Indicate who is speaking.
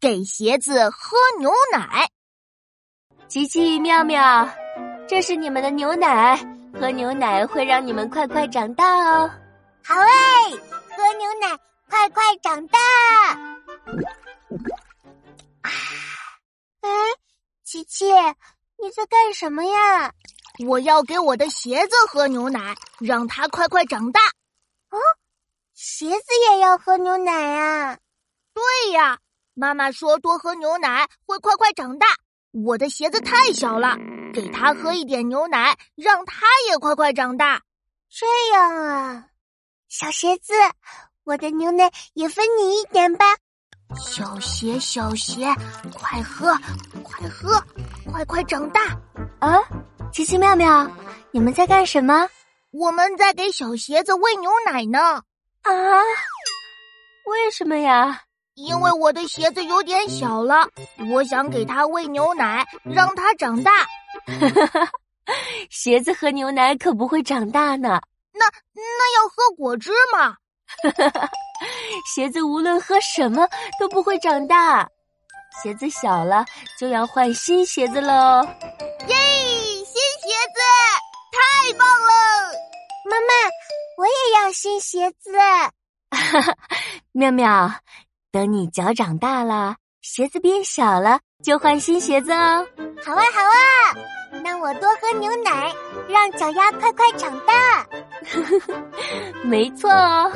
Speaker 1: 给鞋子喝牛奶。
Speaker 2: 琪琪、妙妙，这是你们的牛奶，喝牛奶会让你们快快长大哦。
Speaker 3: 好哎，喝牛奶，快快长大。啊，哎，琪琪，你在干什么呀？
Speaker 1: 我要给我的鞋子喝牛奶，让它快快长大。
Speaker 3: 哦，鞋子也要喝牛奶啊？
Speaker 1: 对呀，妈妈说多喝牛奶会快快长大。我的鞋子太小了，给它喝一点牛奶，让它也快快长大。
Speaker 3: 这样啊，小鞋子，我的牛奶也分你一点吧。
Speaker 1: 小鞋，小鞋，快喝，快喝，快快长大。
Speaker 2: 啊！奇奇妙妙，你们在干什么？
Speaker 1: 我们在给小鞋子喂牛奶呢。
Speaker 2: 啊？为什么呀？
Speaker 1: 因为我的鞋子有点小了，我想给它喂牛奶，让它长大。
Speaker 2: 鞋子和牛奶可不会长大呢。
Speaker 1: 那那要喝果汁嘛？
Speaker 2: 鞋子无论喝什么都不会长大。鞋子小了就要换新鞋子喽。
Speaker 1: 耶！新鞋子太棒了！
Speaker 3: 妈妈，我也要新鞋子。
Speaker 2: 妙妙，等你脚长大了，鞋子变小了，就换新鞋子哦。
Speaker 3: 好啊，好啊，那我多喝牛奶，让脚丫快快长大。
Speaker 2: 没错哦。